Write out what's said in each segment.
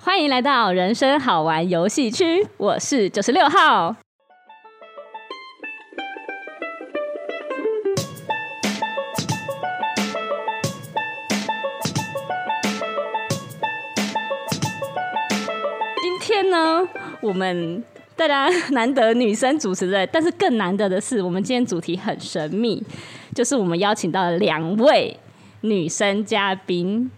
欢迎来到人生好玩游戏区，我是九十六号。今天呢，我们大家难得女生主持人，但是更难得的是，我们今天主题很神秘，就是我们邀请到了两位女生嘉宾。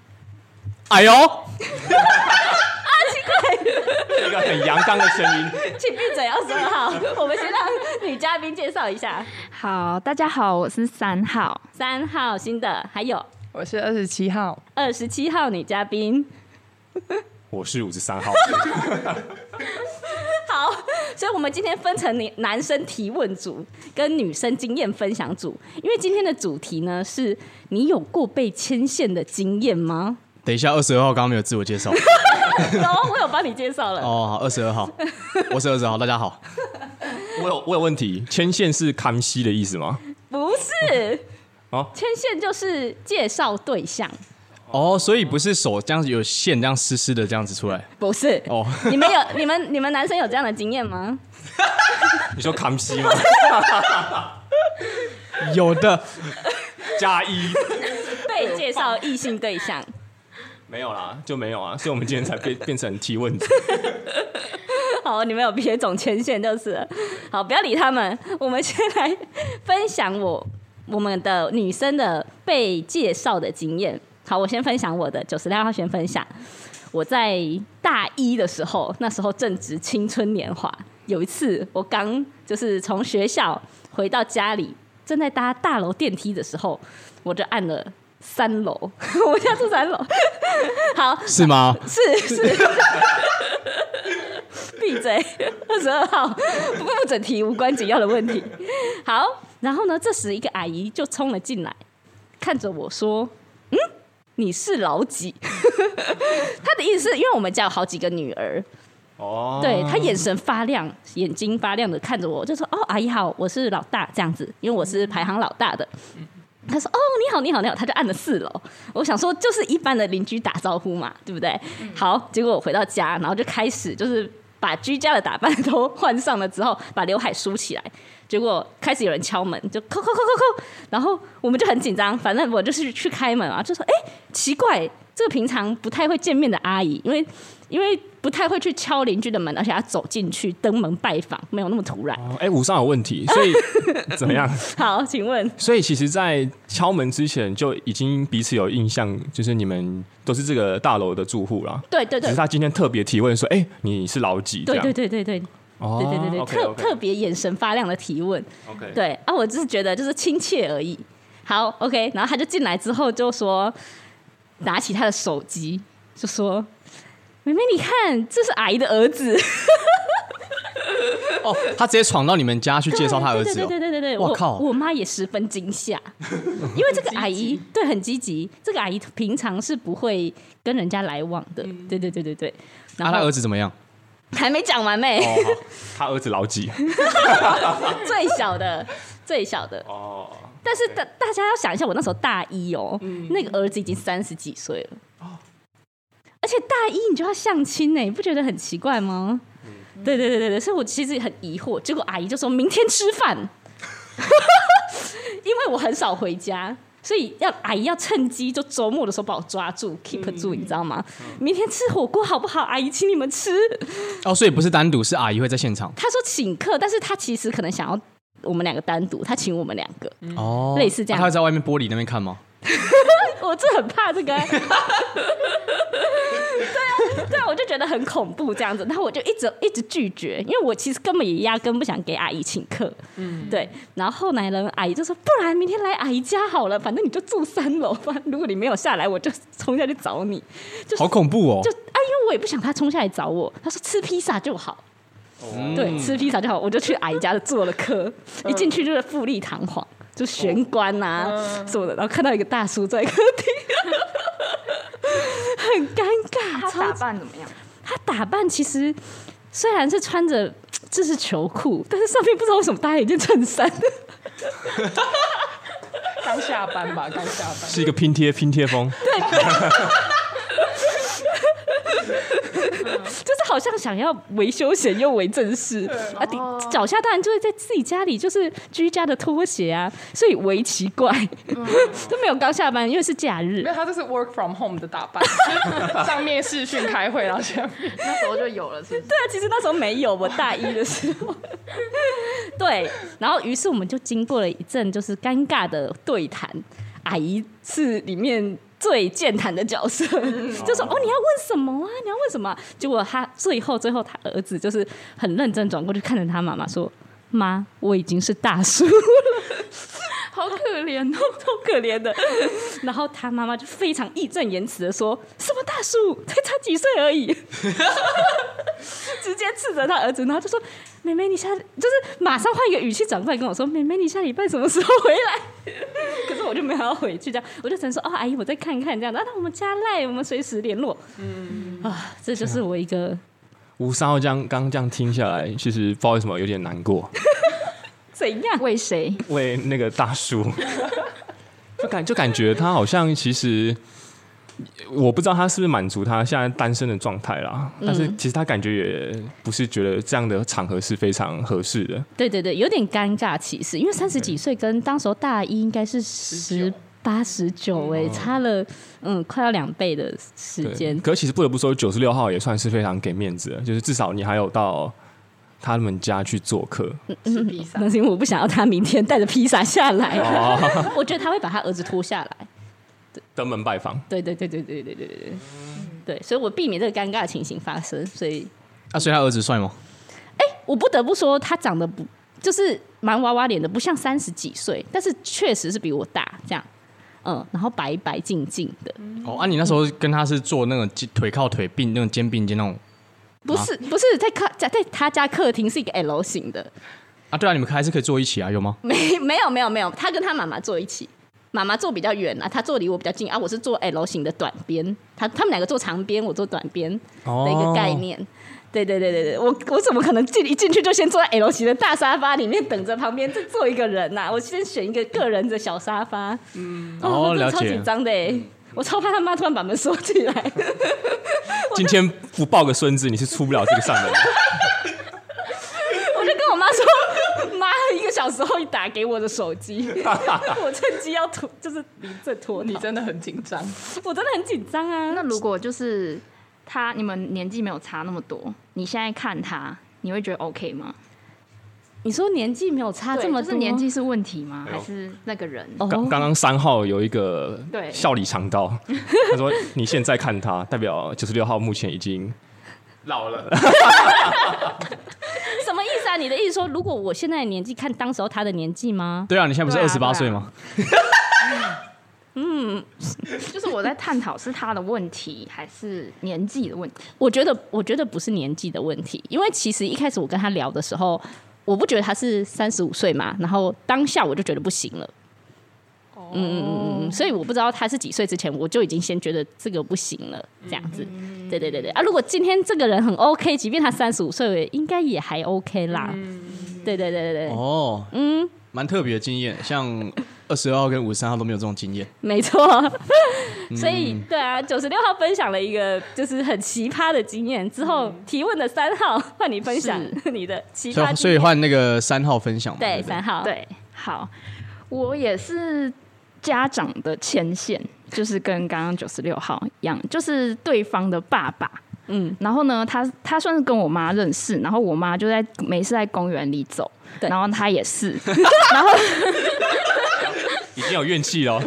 哎呦！啊，奇怪，一个很阳刚的声音。请闭嘴，二十二 号。我们先让女嘉宾介绍一下，好，大家好，我是三号。三号新的，还有我是二十七号，二十七号女嘉宾。我是五十三号，好，所以我们今天分成男男生提问组跟女生经验分享组，因为今天的主题呢是你有过被牵线的经验吗？等一下，二十二号刚刚没有自我介 绍有，我有帮你介绍了。哦。好，二十二号，我是二十号，大家好。我有我有问题，牵线是康熙的意思吗？不是，哦牵线就是介绍对象，哦，所以不是手这样子有线这样湿湿的这样子出来不是。哦。你们有你们你们男生有这样的经验吗？你说康熙吗？ 有的，加一被介绍异性对象。没有啦，就没有啊，所以我们今天才变变成提问组。 好，你们有别种牵线就是了。好，不要理他们。我们先来分享我我们的女生的被介绍的经验。好，我先分享我的九十六号先分享。我在大一的时候，那时候正值青春年华。有一次，我刚就是从学校回到家里，正在搭大楼电梯的时候，我就按了三楼， 我家住三楼。 好，是吗？是是， 闭嘴，二十二号，不不准提无关紧要的问题。好，然后呢，这时一个阿姨就冲了进来，看着我说：“嗯，你是老几？” 她的意思是因为我们家有好几个女儿，哦，对她眼神发亮，眼睛发亮的看着我，就说：“哦，阿姨好，我是老大。”这样子，因为我是排行老大的。她说：“哦，你好，你好，你好。”她就按了四楼。我想说，就是一般的邻居打招呼嘛，对不对？好，结果我回到家，然后就开始就是把居家的打扮都换上了之后，把刘海梳起来。结果开始有人敲门，就扣扣扣扣扣，然后我们就很紧张，反正我就是去开门啊，就说：“哎，奇怪，这个平常不太会见面的阿姨，因为因为不太会去敲邻居的门，而且她走进去登门拜访，没有那么突然。哦哎，五上有问题，所以怎么样？好，请问所以其实，在敲门之前就已经彼此有印象，就是你们都是这个大楼的住户啦。对对只对是，他今天特别提问说：“哎、你是老几？”这对样对对对对哦对对对对，特 OK，OK 特别眼神发亮的提问， OK，对啊，我只是觉得就是亲切而已。好，OK，然后他就进来之后就说，拿起他的手机就说：“妹妹，你看，这是阿姨的儿子。哦，他直接闯到你们家去”介绍他儿子对哦。啊对对对对对，哇我靠我妈也十分惊 吓，因为这个阿姨对很积极，这个阿姨平常是不会跟人家来往的。对对对对对，然嗯啊那后他儿子怎么样？还没讲完妹，哦，好他儿子老几？ 最小的最小的，哦，但是大大家要想一下，我那时候大一哦，那个儿子已经三十几岁了，而且大一你就要相亲欸呢，你不觉得很奇怪吗？对对对对对，所以我其实很疑惑。结果阿姨就说明天吃饭， 因为我很少回家，所以要阿姨要趁机就周末的时候把我抓住，keep 住，你知道吗？明天吃火锅好不好？阿姨请你们吃。哦，所以不是单独，是阿姨会在现场。她说请客，但是她其实可能想要我们两个单独，她请我们两个。哦，类啊似这样那他会在外面玻璃那边看吗？我真的很怕这个、 欸。对啊，对啊，我就觉得很恐怖这样子，然后我就一直一直拒绝，因为我其实根本也压根不想给阿姨请客。嗯，对。然后后来呢，阿姨就说：“不然明天来阿姨家好了，反正你就住三楼吧。如果你没有下来，我就冲下去找你。好恐怖哦就”！啊，因为我也不想她冲下来找我，她说吃披萨就好。对，吃披萨就好，我就去阿姨家做了客，嗯一进去就是富丽堂皇，就玄关啊、嗯什么的，然后看到一个大叔在客厅，很尴尬。他超打扮怎么样？他打扮其实虽然是穿着这是球裤，但是上面不知道为什么搭了一件衬衫，刚下班吧，刚下班。是一个拼贴拼贴风。好像想要为休闲又为正式啊，底脚下当然就会在自己家里就是居家的拖鞋啊，所以为奇怪，都没有刚下班，因为是假日 没，有，他这是 work from home 的打 扮，就是上面视讯开会，然后下面那时候就有了，是不是？对啊，其实那时候没有，我大一的时候。 对，然后于是我们就经过了一阵就是尴尬的对谈，阿姨是里面。最健谈的角色，嗯就说：“哦，你要问什么啊？你要问什么啊、结果他最后最后，他儿子就是很认真转过去看着他妈妈说：“妈，我已经是大叔了， 好可怜 哦。好可怜的。”然后他妈妈就非常义正言辞的说：“什么大叔，才差几岁而已。”直接斥责他儿子，然后就说：“妹妹，你下就是马上换一个语气转过来跟我说，妹妹，你下礼拜什么时候回来？” 可是我就没有要回去，这样我就只能说：“哦，阿姨，我再看看这样。”那我们加赖，我们随时联络。嗯啊，这就是我一个吴三号这样刚刚这样听下来，其实不知道为什么有点难过，怎样？为谁？为那个大叔， 就感就感觉他好像其实。我不知道他是不是满足他现在单身的状态啦，嗯但是其实他感觉也不是觉得这样的场合是非常合适的。对对对，有点尴尬，其实因为三十几岁跟当时候大一应该是十八十九哎，差了嗯快要两倍的时对间。可是其实不得不说，九十六号也算是非常给面子的，就是至少你还有到他们家去做客。嗯吃披萨 那，是因为我不想要他明天带着披萨下来， 我觉得他会把他儿子拖下来。登门拜访。对对对对对对对对对，对，所以我避免这个尴尬的情形发生。所以啊，所以他儿子帅吗？我不得不说，他长得不就是蛮娃娃脸的，不像三十几岁，但是确实是比我大这样。嗯，然后白白净净的，哦，啊，你那时候跟他是做那个肩腿靠腿并那种肩并肩那种不是、不是在客在在他家客厅是一个 L 型的，啊？对啊，你们还是可以坐一起啊，有吗？没没有没有没有，他跟他妈妈坐一起，妈妈坐比较远啊，他坐离我比较近啊，我是坐 L 型的短边，他他们两个坐长边，我坐短边的一哦个概念。对对对对对，我我怎么可能进一进去就先坐在 L 型的大沙发里面等着旁边再坐一个人呐、我先选一个个人的小沙发，嗯，哦我 真的了超解紧张的、欸，我超怕他妈突然把门锁起 来。 今天不抱个孙子，你是出不了这个上门的。我就跟我妈说，妈一个小时后打给我的手 机，我趁机要脱，就是离这脱逃。你真的很紧张，我真的很紧张啊。 那如果就是他，你们年纪没有差那么多，你现在看他，你会觉得 OK 吗？你说年纪没有差对这么就多，是年纪是问题吗？哎呦还是那个人？ 哦，刚刚刚三号有一个对笑里藏刀，他说你现在看他，代表九十六号目前已经老了。 什么意思啊？你的意思说，如果我现在的年纪看当时候他的年纪吗？ 对啊，你现在不是对啊二十八岁吗？就是我在探讨是他的问题，还是年纪的问题？我觉得，我觉得不是年纪的问题，因为其实一开始我跟他聊的时候，我不觉得他是三十五岁嘛，然后当下我就觉得不行了。嗯嗯嗯嗯，所以我不知道他是几岁之前，我就已经先觉得这个不行了，这样子。对对对对啊！如果今天这个人很 OK，即便他三十五岁，应该也还 OK 啦。对对对对对，哦，嗯，蛮特别的经验，像二十二号跟五十三号都没有这种经验。没错，嗯所以对啊，九十六号分享了一个就是很奇葩的经验，之后提问的三号换你分享你的奇葩经所验，以所以换那个三号分享嘛。对不对三号，对，好，我也是家长的牵线，就是跟刚刚九十六号一样，就是对方的爸爸。嗯，然后呢，他他算是跟我妈认识，然后我妈就在每次在公园里走，对然后他也是，已经有怨气 了，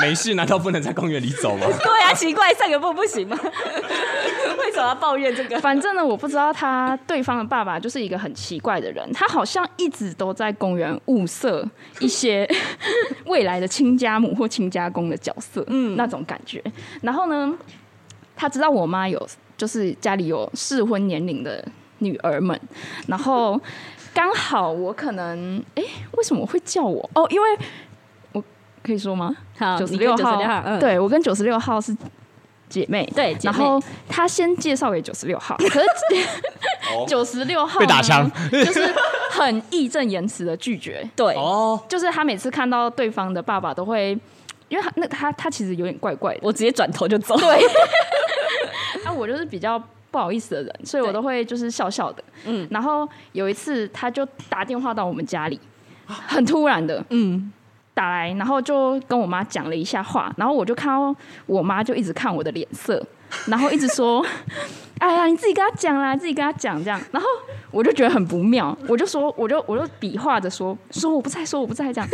没事，难道不能在公园里走吗？对啊，奇怪，上个步不 行吗？为什么要抱怨这个？反正呢，我不知道他对方的爸爸就是一个很奇怪的人，他好像一直都在公园物色 一些未来的亲家母或亲家公的角色，嗯，那种感觉。然后呢，他知道我妈有就是家里有适婚年龄的女儿们，然后刚好我可能哎、为什么会叫我？哦，因为我可以说吗？好九十六九十号六号，嗯，对我跟九十六号是姐妹，对姐妹然后他先介绍给九十六号，可是 九十六 号呢哦被打枪，就是很义正言辞的拒绝，对，哦，就是他每次看到对方的爸爸都会，因为他那他他其实有点怪怪的，我直接转头就走， 对，啊，我就是比较不好意思的人，所以我对都会就是笑笑的。嗯嗯，然后有一次他就打电话到我们家里，很突然的啊嗯，打来，然后就跟我妈讲了一下话，然后我就看到我妈就一直看我的脸色， 然后一直说：“ 哎呀，你自己跟他讲啦，自己跟他讲这样。”然后我就觉得很不妙，我就说，我就我就比划着说，说我不在，说我不在这样。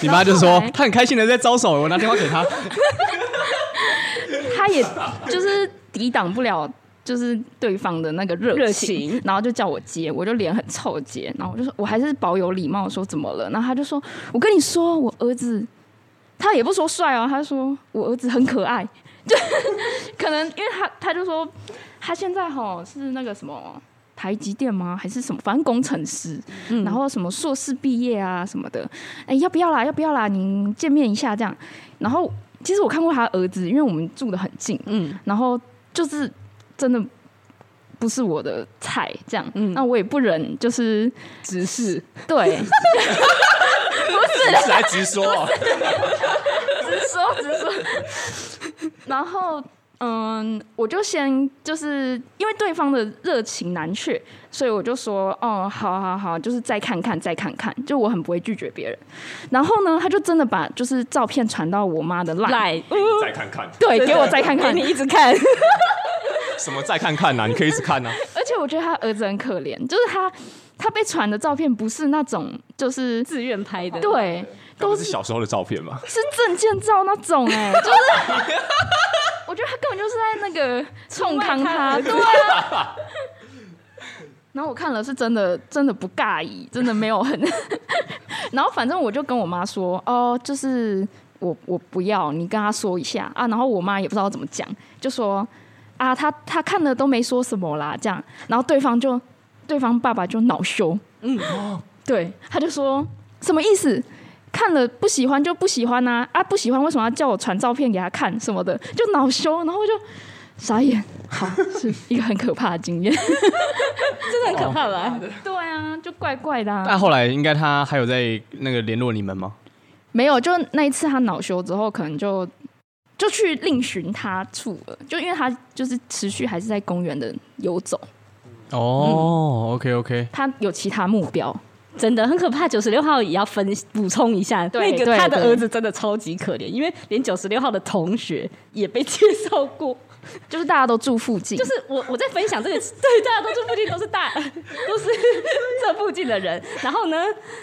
你妈就然说 后后来她很开心的在招手，我拿电话给她，他也就是抵挡不了，就是对方的那个热热情，情然后就叫我接，我就脸很臭接，然后我就说我还是保有礼貌，说怎么了？然后他就说，我跟你说，我儿子，他也不说帅哦，他说我儿子很可爱， 就可能因为他他就说他现在哈是那个什么。台积电吗？还是什么？反正工程师，然后什么硕士毕业啊什么的。哎、要不要啦？要不要啦？您见面一下这样。然后其实我看过他儿子，因为我们住的很近，嗯，然后就是真的不是我的菜，这样，嗯那我也不忍就是直视 对，直来直说 哦，直说直说， 然后。嗯，我就先就是因为对方的热情难却，所以我就说，哦，好好好，就是再看看，再看看，就我很不会拒绝别人。然后呢，他就真的把就是照片传到我妈的 line，来，再看看对，给我再看看嗯给。你一直 看，什么再看看呐、啊你可以一直看 呐、而且我觉得他儿子很可怜，就是他他被传的照片不是那种就是自愿拍的，，对，都都是是小时候的照片嘛。是证件照那种 哎、就是我觉得他根本就是在那个 冲康他，对啊。然后我看了是真的，真的不尬意，真的没有很。 然后反正我就跟我妈说，哦，就是我我不要，你跟他说一下啊。然后我妈也不知道怎么讲，就说啊，他他看了都没说什么啦，这样。然后对方就对方爸爸就恼羞，嗯，对，他就说什么意思？看了不喜欢就不喜欢呐、啊，不喜欢为什么要叫我传照片给他看什么的，就恼羞，然后我就傻眼。好，是一个很可怕的经验。真的很可怕吧？对 啊，就怪怪的、但啊。后来应该她还有在那个联络你们吗？没有，就那一次他恼羞之后，可能就就去另寻他处了，就因为他就是持续还是在公园的游走，哦，OK OK，他有其他目标。真的很可怕。九十六号也要分补充一下，对那个对他的对儿子真的超级可怜，因为连九十六号的同学也被介绍过。就是大家都住附近，就是我我在分享 这个，对，大家都住附近，都是大， 都是这附近的人。然后呢，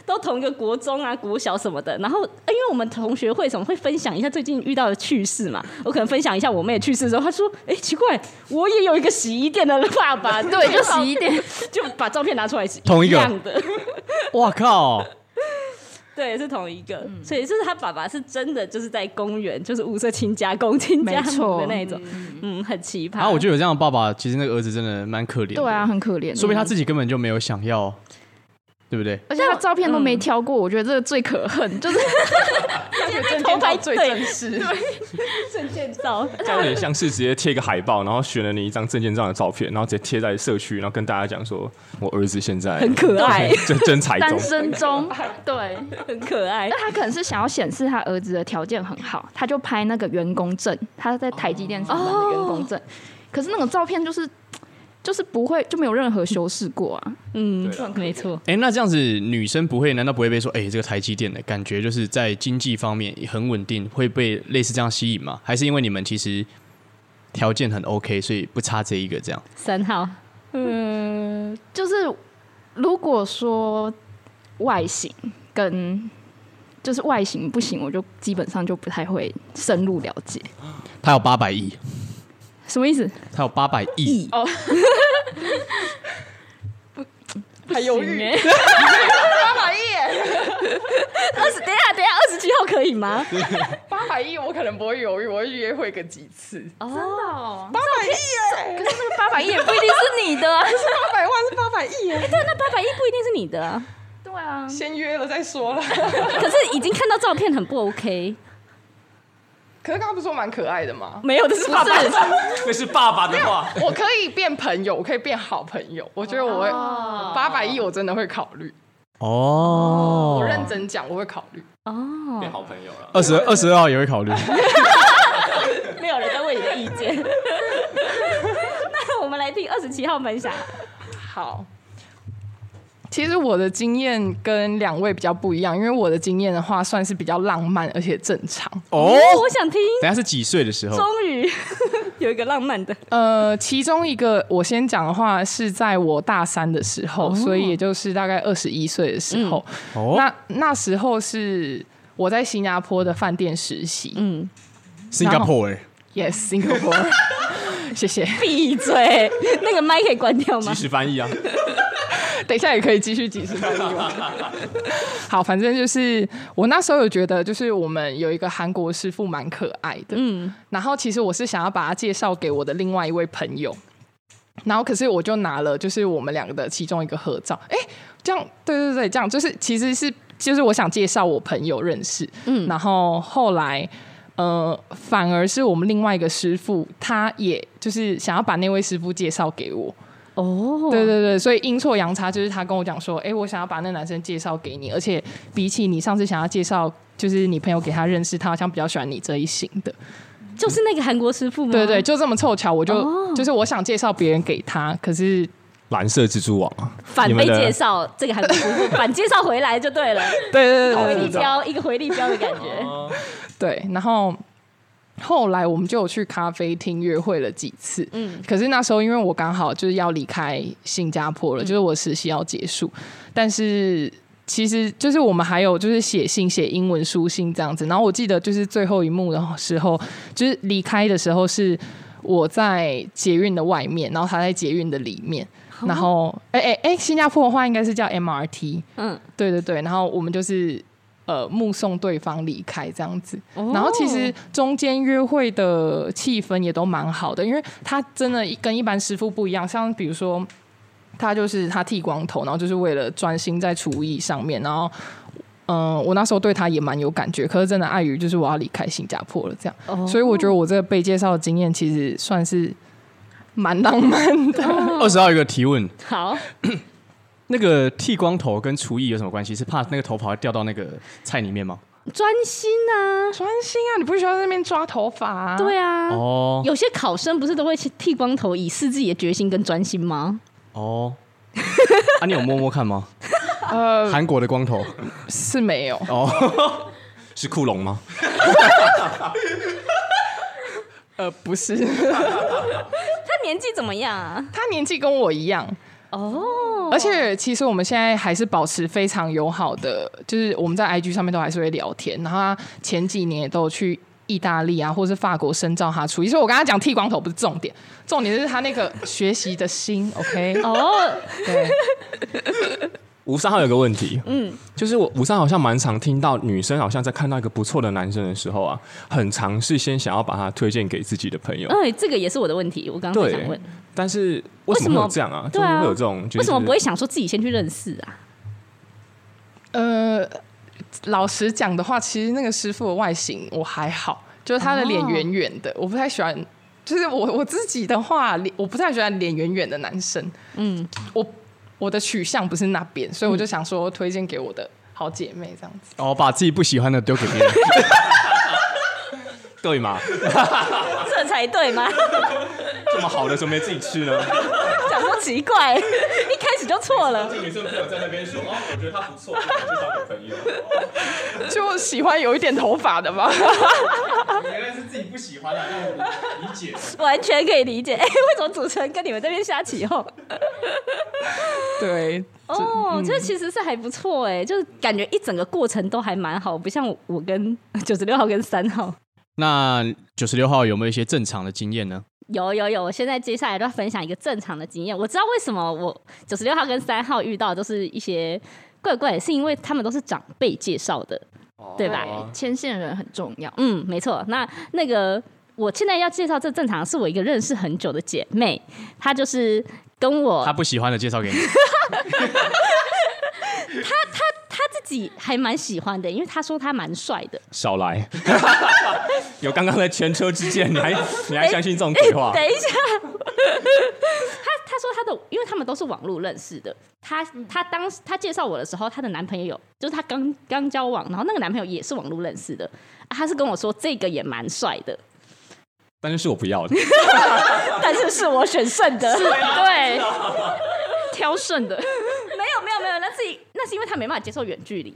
都同一个国中啊、国小什么的。然后，呃因为我们同学会什么会分享一下最近遇到的趣事嘛，我可能分享一下我妹的趣事之后，她说：“哎、奇怪，我也有一个洗衣店的爸爸。”对， 就十一衣，点。就把照片拿出来是同一个样的，哇靠，对，是同一个。嗯所以就是他爸爸是真的就是在公园，就是物色亲家公、亲家没母错的那一种，嗯，很奇葩。然后啊我觉得有这样的爸爸，其实那个儿子真的蛮可怜，对啊，，很可怜。说明他自己根本就没有想要，对不对？而且他照片都没挑过，我觉得这个最可恨，就是证件照最正 式，证件照， 这有点像是直接贴一个海报，然后选了你一张证件照的照片，然后直接贴在社区，然后跟大家讲说，我儿子现在很可 爱，真真才中单，身中， 对。 很可爱那。他可能是想要显示他儿子的条件很好，他就拍那个员工证，他在台积哦电上班的员工证。可是那种照片就是就是不会就没有任何修饰过啊。嗯对，没错，哎，那这样子女生不会，难道不会被说，哎，这个台积电的感觉就是在经济方面很稳定，会被类似这样吸引吗？还是因为你们其实条件很 OK，所以不差这一个这样？ 三号嗯，就是如果说外形跟就是外形不行，我就基本上就不太会深入了解。他有八百亿，什么意思？他有八百亿，还犹豫，欸 二十，等一下，等一下，二十七号可以吗？八百亿我可能不会犹豫，我会约会个几次。哦，八百亿耶，八百亿也不一定是你的、啊。八百万是八百亿耶， 对，啊那八百亿不一定是你的、啊，对啊，先约了再说了。可是已经看到照片很不 OK，可是刚刚不是说蛮可爱的吗？没有，这是爸爸，那是爸爸的话，我可以变朋友，我可以变好朋友。我觉得我会八百亿，我真的会考虑。哦我认真讲，我会考虑。变哦，好朋友了。 二十二十二号也会考虑， 没有人在问你的意见，二十七号分享。好。其实我的经验跟两位比较不一样，因为我的经验的话算是比较浪漫而且正常。哦，我想听，等一下是几岁的时候？终于 有一个浪漫的，呃，其中一个我先讲的话是在我大三的时候，所以也就是大概二十一岁的时候。哦那那时候是我在新加坡的饭店实习、嗯， ，Singapore， y e s Singapore，谢谢。闭嘴，那个麦可以关掉吗及？时翻译啊， 等一下也可以继续解释翻译 吗？好，反正就是我那时候有觉得，就是我们有一个韩国师傅蛮可爱的，嗯，然后其实我是想要把他介绍给我的另外一位朋友，然后可是我就拿了就是我们两个的其中一个合照，哎、这样对对对，这样就是其实是就是我想介绍我朋友认识，嗯，然后后来。呃，反而是我们另外一个师傅，他也就是想要把那位师傅介绍给我，哦， 对对对，所以阴错阳差就是他跟我讲说，哎、我想要把那男生介绍给你，而且比起你上次想要介绍，就是你朋友给他认识，他好像比较喜欢你这一型的。就是那个韩国师傅吗？对对，就这么凑巧，我就、嗯哦就是我想介绍别人给他，可是蓝色蜘蛛网啊，反你被们的介绍，这个韩国师 傅反介绍回来就对了，对对回对力对对标一个回力标的感觉，对，然后。后来我们就有去咖啡厅约会了几次，嗯嗯，可是那时候因为我刚好就是要离开新加坡了，就是我实习要结束，但是其实就是我们还有就是写信、写英文书信这样子。然后我记得就是最后一幕的时候，就是离开的时候是我在捷运的外面，然后他在捷运的里面。然后，哎哎哎，新加坡的话应该是叫 MRT，嗯，对对对。然后我们就是呃目送对方离开这样子。哦然后其实中间约会的气氛也都蛮好的，因为他真的跟一般师傅不一样，像比如说他就是他剃光头，然后就是为了专心在厨艺上面，然后。嗯，我那时候对他也蛮有感觉，可是真的碍于就是我要离开新加坡了，这样，哦所以我觉得我这个被介绍的经验其实算是蛮浪 漫的。二十号有一个提问，好，那个剃光头跟厨艺有什么关系？是怕那个头发会掉到那个菜里面吗？专心啊，专心啊，你不需要在那边抓头发、啊对啊，哦有些考生不是都会剃光头以示自己的决心跟专心吗？哦， 啊，你有摸摸看吗？韩国的光头是没有，是库龙吗？呃，不是，他年纪怎么样啊？他年纪跟我一样，哦，而且其实我们现在还是保持非常友好的，就是我们在 IG 上面都还是会聊天。然后他前几年也都有去意大利啊，或是法国深造他厨艺。所以我刚刚讲剃光头不是重点，重点是他那个学习的心。OK，哦，对，吴三号有个问题，嗯，就是我吴三好像蛮常听到女生好像在看到一个不错的男生的时候啊，很尝试先想要把他推荐给自己的朋友， 哎，这个也是我的问题，我刚刚才对想问，但是为什么会有这样啊？对就是啊，会有这种，就是为什么不会想说自己先去认识啊？呃，老实讲的话，其实那个师傅的外形我还好，就是他的脸圆圆的，我不太喜欢。就是我我自己的话，脸我不太喜欢脸圆圆的男生。嗯，我我的取向不是那边，所以我就想说推荐给我的好姐妹这样子。 哦，把自己不喜欢的丢给别人，对嘛？这才对吗？这么好的怎么没自己吃呢？ 想说奇怪， 一开始就错了。女生朋友在那边说，哦，我觉得他不错，就当我朋友。就喜欢有一点头发的吧。原来是自己不喜欢啊的，理解。完全可以理解。哎、 为什么主持人跟你们这边瞎起哄？对，哦，这其实是还不错哎、就是感觉一整个过程都还蛮好，不像我我跟九十六号跟三号。那九十六号有没有一些正常的经验呢？有有有，我现在接下来就要分享一个正常的经验。我知道为什么我九十六号跟三号遇到的都是一些怪怪的，是因为他们都是长辈介绍的，对吧？牵线人很重要。嗯，没错。那那个我现在要介绍这正常是我一个认识很久的姐妹，她就是跟我他不喜欢的介绍给你，自己还蛮喜欢的，因为她说她蛮帅的。少来，有刚刚的前车之鉴，你还你还相信这种鬼话？等一下，她她说她的，因为他们都是网络认识的。她她当时她介绍我的时候，她的男朋友有，就是她刚刚交往，然后那个男朋友也是网络认识的。啊她是跟我说这个也蛮帅的。但是是我不 要的。但是哦是我选剩的，没对，挑剩 的，有没有没有，那自己那是因为他没办法接受远距离。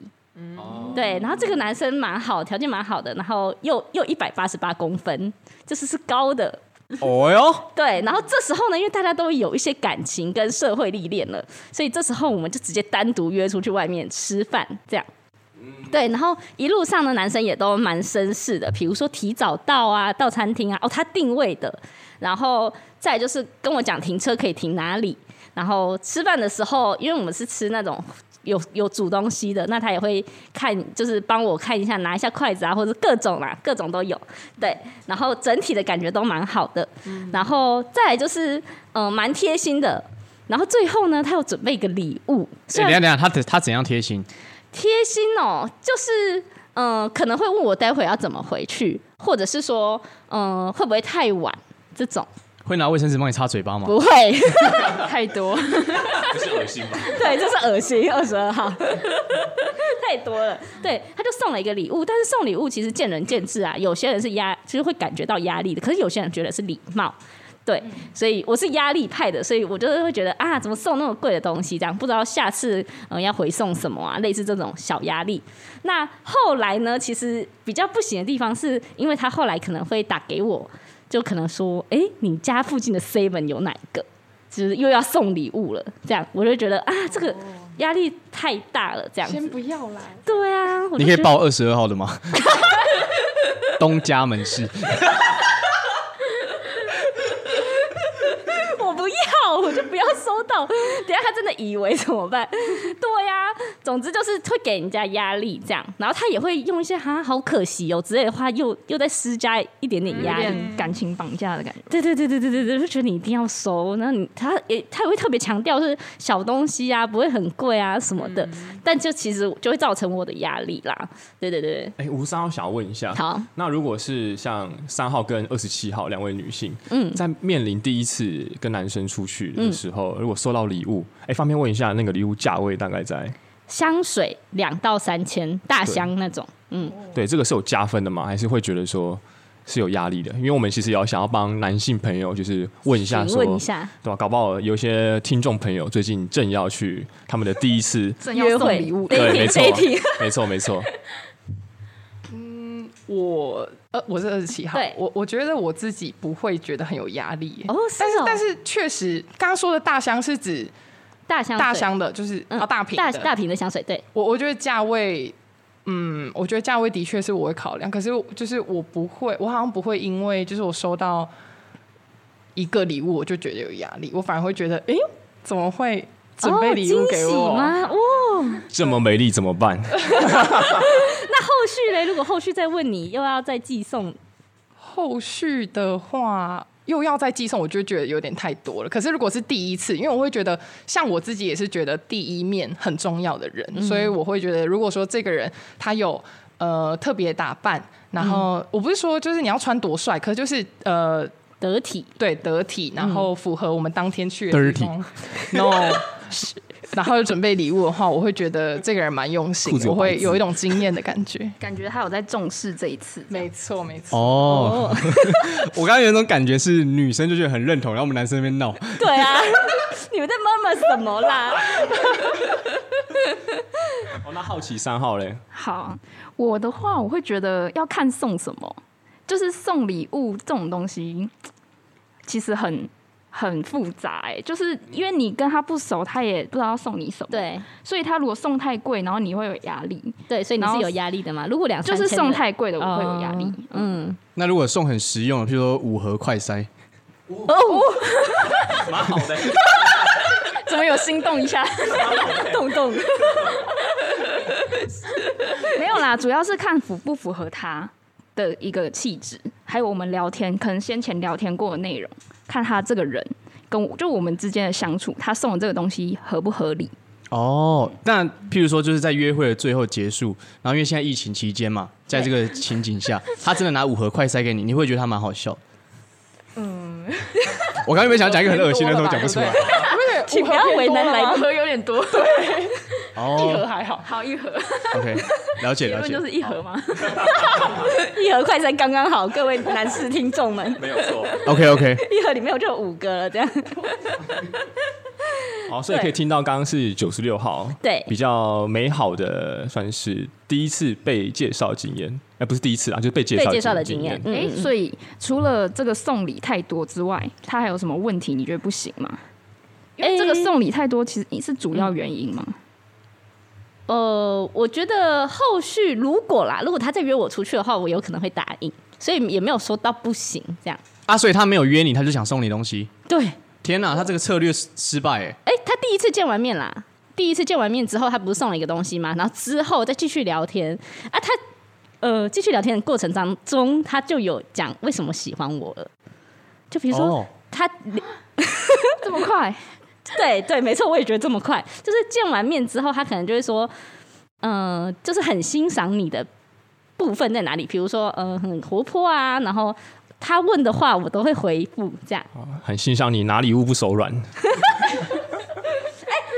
对，然后这个男生蛮好，条件蛮好的，然后又又一百八十八公分，就是是高的，哦哟，对，然后这时候呢，因为大家都有一些感情跟社会历练了，所以这时候我们就直接单独约出去外面吃饭，这样。对，然后一路上的男生也都蛮绅士的，比如说提早到啊，到餐厅啊，哦，他定位的，然后再来就是跟我讲停车可以停哪里，然后吃饭的时候，因为我们是吃那种有有煮东西的，那他也会看，就是帮我看一下，拿一下筷子啊，或者各种啦、各种都有，对，然后整体的感觉都蛮好的，然后再来就是，嗯、蛮贴心的。然后最后呢，他有准备一个礼物，虽哎等一然下等一下，他他怎样贴心？贴心哦，就是嗯、呃可能会问我待会要怎么回去，或者是说嗯、呃会不会太晚这种，会拿卫生纸帮你擦嘴巴吗？ 不会，太多，不是恶心吧？ 对，就是恶心，二十二号， 太多了。对，他就送了一个礼物，但是送礼物其实见仁见智啊，有些人是压，就是会感觉到压力的，可是有些人觉得是礼貌。对，所以我是压力派的，所以我就是会觉得啊，怎么送那么贵的东西？这样不知道下次嗯、呃要回送什么啊，类似这种小压力。那后来呢，其实比较不行的地方是，因为他后来可能会打给我，就可能说，哎，你家附近的 Seven 有哪一个？就是又要送礼物了，这样我就觉得啊，这个压力太大了，这样子。不要啦，对啊，我就你可觉以得报二十二号的 吗？东家门市，我不要，我就不要收到。等一下他真的以为怎么办？对呀、总之就是会给人家压力这样，然后他也会用一些“哈，好可惜哦”之类的话，又又再施加一点点有压力。点感情绑架的感觉。对对对对对对对，就觉得你一定要收，然后你他也他也会特别强调是小东西啊，不会很贵啊什么的，嗯但就其实就会造成我的压力啦。对对对，哎、吴三号想要问一下，好，那如果是像三号跟二十七号两位女性，嗯在面临第一次跟男生出去的时候，嗯如果收到礼物，哎、方便问一下那个礼物价位大概在？香水两到三千，大箱那种，嗯，对，这个是有加分的吗？还是会觉得说是有压力的？因为我们其实也要想要帮男性朋友，就是问一下询说，问一下，对吧、搞不好有一些听众朋友最近正要去他们的第一次，正约要送会礼物，这对，一没题错这一题， 没错，没错。我呃，我是二十七号对，我我觉得我自己不会觉得很有压力耶。哦是但是哦但是确实，刚刚说的大箱是指大箱大水箱的，就是嗯啊大瓶大的大瓶的香水，对，我我觉得价位，嗯，我觉得价位的确是我会考量，可是就是我不会，我好像不会因为就是我收到一个礼物我就觉得有压力，我反而会觉得，诶，怎么会准备礼物给哦惊我？喜吗？哦，这么美丽怎么办？那后续嘞？如果后续再问你，又要再寄送，后续的话。又要再寄送，我就觉得有点太多了。可是如果是第一次，因为我会觉得，像我自己也是觉得第一面很重要的人，所以我会觉得，如果说这个人他有呃特别打扮，然后、我不是说就是你要穿多帅，可是就是呃得体，对，得体，然后符合我们当天去的地方。no，是 然后准备礼物的话，我会觉得这个人蛮用心裤子的，有我会白字有一种惊艳的感觉。感觉他有在重视这一次。没错，没 错。哦，我刚刚有一种感觉是女生就觉得很认同，然后我们男生在那边闹。对啊， 你们在妈妈什么啦？哦，那好奇三号嘞，好，我的话我会觉得要看送什么，就是送礼物这种东西，其实很很复杂哎、就是因为你跟他不熟，他也不知道要送你什么，，对所以他如果送太贵，然后你会有压力，对，所以你是有压力的嘛？如果两就三千是的 送太贵的我会有压力，哦嗯，那如果送很实用的，譬如说五盒快塞，蛮好的。怎么有心动一下？动动， 没有啦，主要是看符不符合他的一个气质，还有我们聊天，可能先前聊天过的内容，看他这个人跟我就我们之间的相处，他送的这个东西合不合理？哦，那譬如说就是在约会的最后结束，然后因为现在疫情期间嘛，在这个情景下，他真的拿五盒快塞给你，你会觉得他蛮好笑的。嗯，我 刚原本想讲一个很恶心的，但是我讲不出来。对，请不要为难来五盒偏多了吗宾，有点多，一盒哦还好，好一盒， ，OK，了 解结了论解就，是一盒嘛。 一盒快餐刚刚好，各位男士听众们，没有错。 OK OK，一盒里面我就有五个了，这样好，所以可以听到刚刚是九十六号，对比较美好的算是第一次被介绍经验，哎，不是第一次啊，就是被介被绍介绍的经经验验。。嗯哎、所以除了这个送礼太多之外，他还有什么问题？你觉得不行吗？因为这个诶嗯送礼太多，其实是主要原因吗？呃，我觉得后续如果啦，如果他再约我出去的话，我有可能会答应，所以也没有说到不行这样。啊，所以他没有约你，他就想送你东西。对，天哪，他这个策略失失败哎，哎、他第一次见完面啦，第一次见完面之后，他不是送了一个东西吗？然后之后再继续聊天啊，他呃继续聊天的过程当中，他就有讲为什么喜欢我了，就比如说哦，他这么快？对对，没错，我也觉得这么快，就是见完面之后，他可能就会说，嗯、就是很欣赏你的部分在哪里，比如说，呃，很活泼啊，然后他问的话，我都会回复，这样。很欣赏你拿礼物不手软，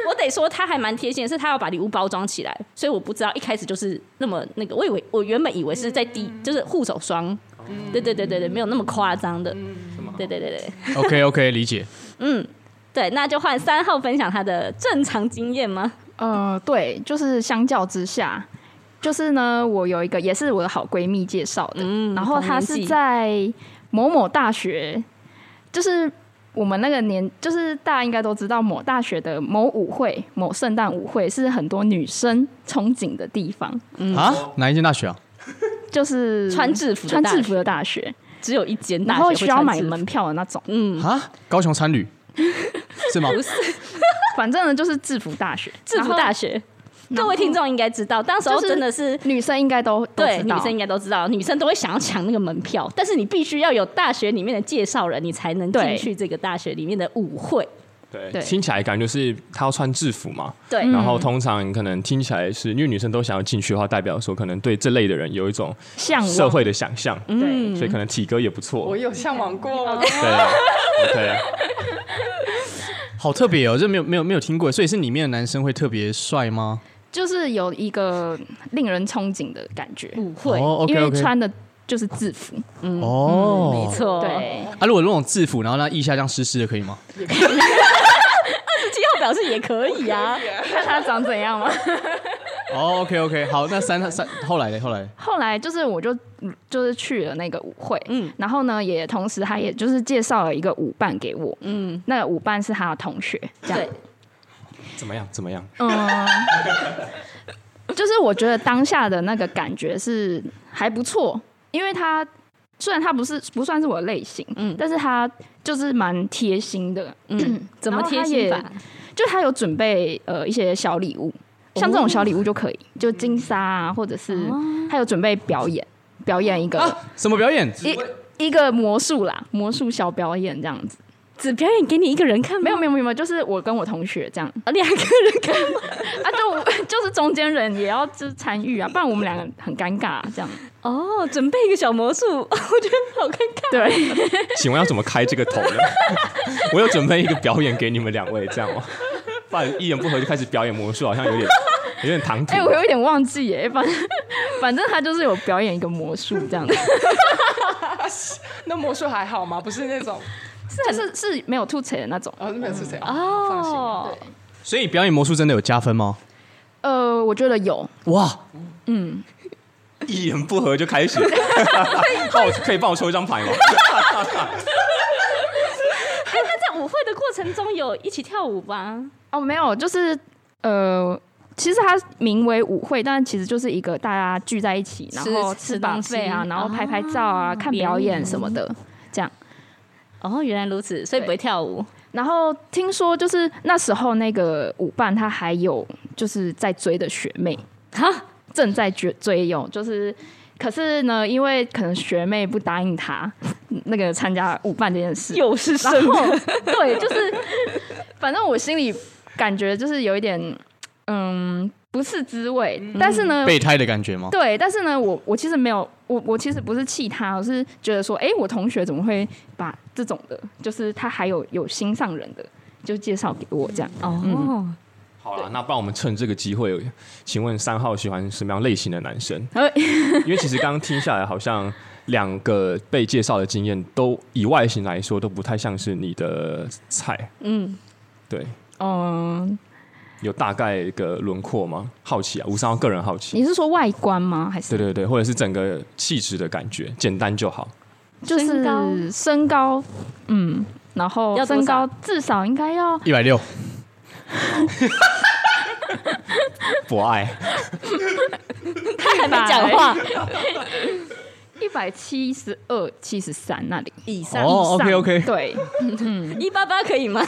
我得说，他还蛮贴心的，是他要把礼物包装起来，所以我不知道一开始就是那么那个，我以为我原本以为是在第、嗯就是护手霜，哦对对对对对，没有那么夸张的，嗯对对对对 OK OK，理解。对，那就换三号分享他的正常经验吗？呃，对，就是相较之下，就是呢，我有一个也是我的好闺蜜介绍的，嗯然后她是在某某大学，就是我们那个年，就是大家应该都知道，某大学的某舞会、某圣诞舞会是很多女生憧憬的地方，啊，哪一间大学啊？就是穿制服的穿大制学服的大学，只有一间然大学后会需要穿买制服门票的那种，嗯啊，高雄 参旅是吗？反正呢就是制服大学，制服大然后学。各位听众应该知道，当时候真的是。女生应该都都对，知女道生应该都知道，女生都会想要抢那个门票，但是你必须要有大学里面的介绍人，你才能进对去这个大学里面的舞会。对，嗯对听起来感觉就是他要穿制服嘛，对，然后通常可能听起来是因为女生都想要进去的话，代表说可能对这类的人有一种向往社会的想象，嗯所以可能体格也不错 我，有向 往哦过。对，OK，啊好特别哦，这没有没有没有听过，所以是里面的男生会特别帅吗？就是有一个令人憧憬的感觉，舞会，哦，OK 因为 OK，穿嗯的就是制服，哦，没错， 对，啊，如果那种制服，然后那腋下这样湿湿的，可以吗？记号表示也可以啊。看他长怎样嘛。哦，OK OK，好，那三三后来嘞，后来嘞后来就是我就就是去了那个舞会，嗯嗯，然后呢，也同时他也就是介绍了一个舞伴给我，嗯，那个舞伴是他的同学，这样，对，怎么样？怎么样？嗯，就是我觉得当下的那个感觉是还不错，因为他虽然他不是不算是我的类型，嗯，但是他就是蛮贴心的，嗯怎么贴心然法后？就他有准备呃一些小礼物，像这种小礼物就可以，就金沙啊，或者是他有准备表演，表演一个、啊，什么表演？一一个魔术啦，魔术小表演这样子。只表演给你一个人看吗？没有没有没有，就是我跟我同学这样有，两个人看。啊，就 就是中间人也要就是参与啊，不然我们两个很尴尬、啊这样。 哦，准备一个小魔术， 我觉得好尴尬。 对，请问要怎么开这个头呢？我有准备一个表演给你们两位，这样吗？哦不然一言不合就开始表演魔术，好像有点有点唐突。哎、我有一点忘记耶、反正反正他就是有表演一个魔术这 样子，那魔术还好吗？不是那种，就是是没有吐槽的那种。哦，那边是谁？哦，放心了。哦，所以表演魔术真的有加分吗？呃，我觉得有，哇，一言不合就 开始，好，可以帮我抽一张牌吗？哎，他在舞会的过程中有一起跳舞吧？哦，没有，就是呃，其实它名为舞会，但其实就是一个大家聚在一起，然吃后吃吃东饱费啊，西然后拍拍照啊，看表演什么的，这样。哦，原来如此，所以不会跳舞。然后听说就是那时候那个舞伴他还有就是在追的学妹，哈，正在追追有，就是可是呢，因为可能学妹不答应他那个参加舞伴这件事，又是什然么？后对，就是反正我心里感觉就是有一点，嗯，不是滋味。嗯但是呢，备胎的感觉吗？对，但是呢，我我其实没有，我我其实不是气他，我是觉得说，哎、我同学怎么会把这嗯种的，就是他还有有心上人的，就介绍给我这样。哦，好了，那不然我们趁这个机会，请问三号喜欢什么样类型的男 生？哎因为其实刚刚听下来，好像两个被介绍的经验都以外形来说都不太像是你的菜。嗯，对，哦嗯，有大概一个轮廓吗？好奇啊，吴三号个人好奇。你是说外观吗？还是对对对，或者是整个气质的感觉，简单就好。 就是身高身高嗯，然后要多身少高至少应该要一百六，博爱，他还没讲话，一百七十二、七十三那里以上哦上，OK OK，对，一八八可以吗？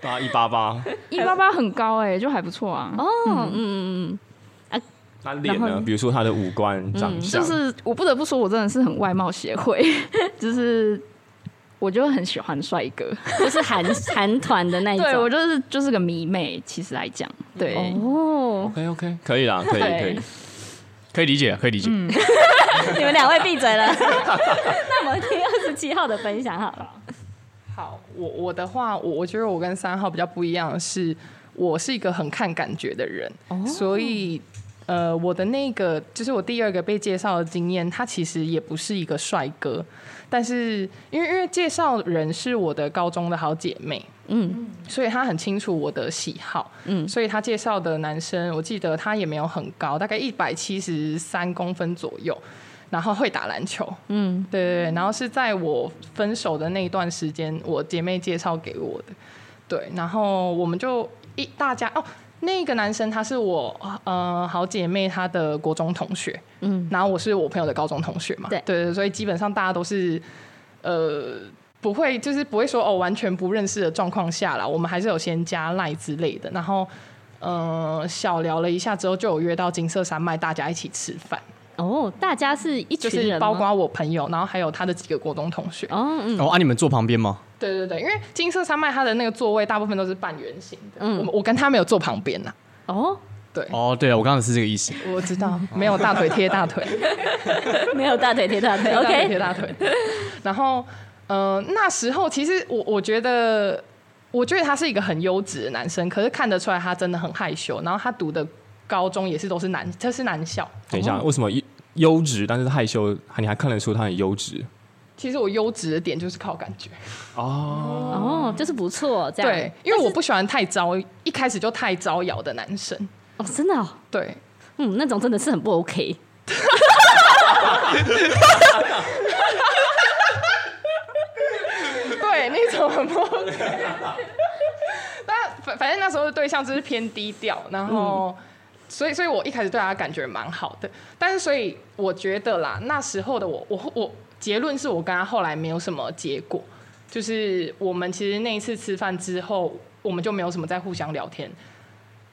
八一八八。一八八很高哎、就还不错啊。哦，嗯嗯嗯， 他脸然呢嗯后？比如说他的五官、长相，就是我不得不说，我真的是很外貌协会， 就是我就很喜欢帅哥，不是韩韩团的那一对我 种。就是就是个迷妹，其实来讲，对。哦， OK OK，可 以啦，可以对可以。可以理解，可以理解。嗯你们两位闭嘴了。 那我们听二十七号的分享好了。好，我我的话，我我觉得我跟三号比较不一样的是，我是一个很看感觉的人，所以呃，我的那个就是我第二个被介绍的经验，他其实也不是一个帅哥，但是因为因为介绍人是我的高中的好姐妹，嗯，所以他很清楚我的喜好，嗯嗯，所以他介绍的男生，我记得他也没有很高，大概一百七十三公分左右，然后会打篮球，嗯，对对对，然后是在我分手的那一段时间，我姐妹介绍给我的，对，然后我们就一大家哦。那个男生他是我呃好姐妹她的国中同学，嗯，然后我是我朋友的高中同学嘛，对对对，所以基本上大家都是呃不会，就是不会说哦，完全不认识的状况下啦，我们还是有先加赖之类的，然后呃小聊了一下之后，就有约到金色山脉大家一起吃饭， 哦，大家是一就群人是吗，包括我朋友，然后还有他的几个国中同学。哦，嗯，哦，啊，你们坐旁边吗？对对对，因为金色山脉它的那个座位大部分都是半圆形的，嗯嗯，我我跟他没有坐旁边啊呐、哦，对，哦，对了，我刚刚是这个意思。我知道 没有大腿贴 大腿。没有大腿贴大腿对大腿贴，OK，大腿。然后，嗯、那时候其实我我觉得，我觉得他是一个很优质的男生，可是看得出来他真的很害羞。然后他读的高中也是都是男，这是男校。等一下，为什么优优质，但是害羞，你还看得出他很优质？其实我优质的点就是靠感觉，哦，哦，就是不错，这样对，因为我不喜欢太招，一开始就太招摇的男生。哦，真的哦，对，嗯，那种真的是很不 OK。 对，那种很不 OK。那反反正那时候的对象就是偏低调，然后、所以所以我一开始对他感觉蛮好的，但是所以我觉得啦，那时候的我，我我结论是我跟他后来没有什么结果，就是我们其实那一次吃饭之后，我们就没有什么在互相聊天。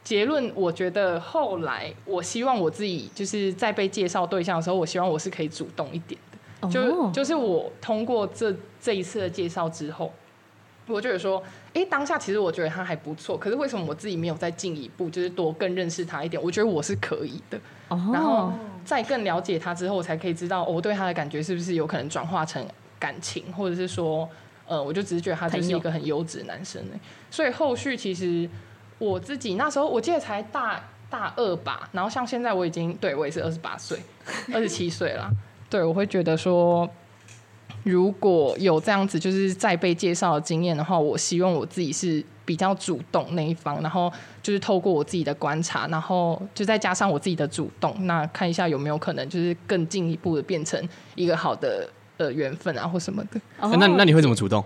结论，我觉得后来，我希望我自己就是在被介绍对象的时候，我希望我是可以主动一点的。就哦，就是我通过这这一次的介绍之后，我就有说，诶，当下其实我觉得他还不错，可是为什么我自己没有再进一步，就是多更认识他一点？我觉得我是可以的，哦然后再更了解他之后，我才可以知道、哦我对他的感觉是不是有可能转化成感情，或者是说，呃，我就只是觉得他就是一个很优质的男生、欸、所以后续其实我自己那时候我记得才大大二吧，然后像现在我已经对我也是二十八岁，二十七岁啦。对，我会觉得说，如果有这样子就是再被介绍的经验的话，我希望我自己是比较主动那一方，然后就是透过我自己的观察，然后就再加上我自己的主动，那看一下有没有可能就是更进一步的变成一个好的呃缘分啊或什么的。哦欸那那你会怎么主动？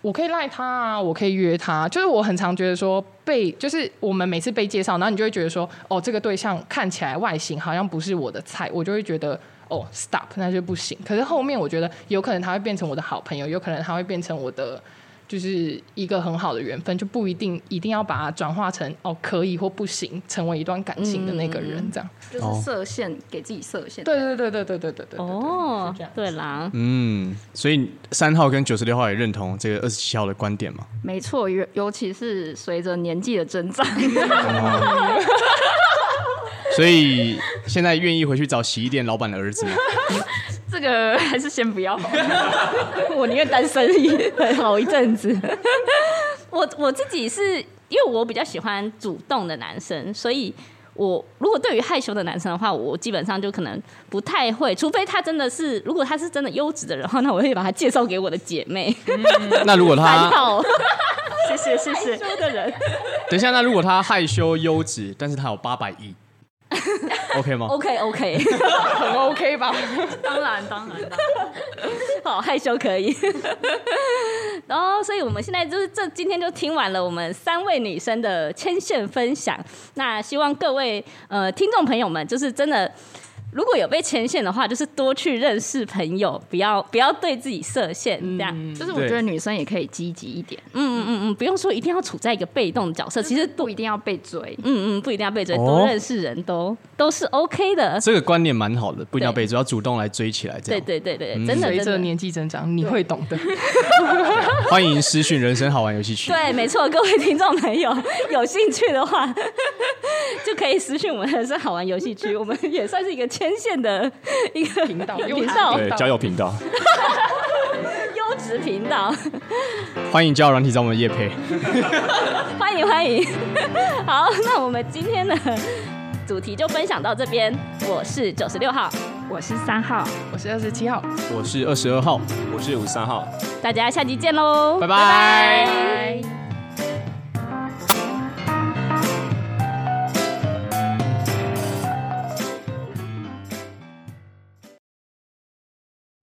我可以赖他啊，我可以约他，就是我很常觉得说被，就是我们每次被介绍，然后你就会觉得说，哦，这个对象看起来外形好像不是我的菜，我就会觉得，哦，stop，那就不行。可是后面我觉得有可能他会变成我的好朋友，有可能他会变成我的，就是一个很好的缘分，就不一定一定要把它转化成哦可以或不行，成为一段感情的那个人这样。就是设限，给自己设限。对对对对对对对对对。哦是这样，对啦，嗯，所以三号跟九十六号也认同这个二十七号的观 点嘛？没错，尤尤其是随着年纪的增长， 所以现在愿意回去找洗衣店老板的儿子 吗？这个还是先不要好了。 我宁愿单身一好一阵子。我我自己是因为我比较喜欢主动的男生，所以我如果对于害羞的男生的话，我基本上就可能不太会，除非他真的是，如果他是真的优质的人的话，那我会把他介绍给我的姐妹。那如果烦 他到 谢谢谢谢，羞的人等一下，那如果他害羞优质，但是他有八百 亿，OK 吗？ ，OK OK，很 OK 吧？当然当然当然，好害羞可以。 然后，所以我们现在就是这今天就听完了我们三位女生的牵线分享。那希望各位呃听众朋友们，就是真的。如果有被牵线的话，就是多去认识朋友，不要不要对自己设限，这样。嗯就是我觉得女生也可以积极一点，嗯嗯嗯，不用说一定要处在一个被动的角色，其实多不一定要被追。嗯嗯不一定要被追，嗯哦多认识人都都是 OK 的。这个观念蛮好的，不一定要对被追，要主动来追起来。这对样，对对对，嗯真的随着真的。年纪增长，你会懂的。欢迎私讯人生好玩游戏区。对，没错，各位听众朋友，有兴趣的话， 就可以私讯我们人生好玩游戏区，我们也算是一个牵线的一个频 道频道对，交友频道，优质频道，欢迎交友软体找我们叶培，欢迎欢迎。 好，那我们今天的主题就分享到这边，我是九十六号，我是三号， 我是二十七号，我是二十二号。我是五十三号。大家下集见喽，拜拜拜拜。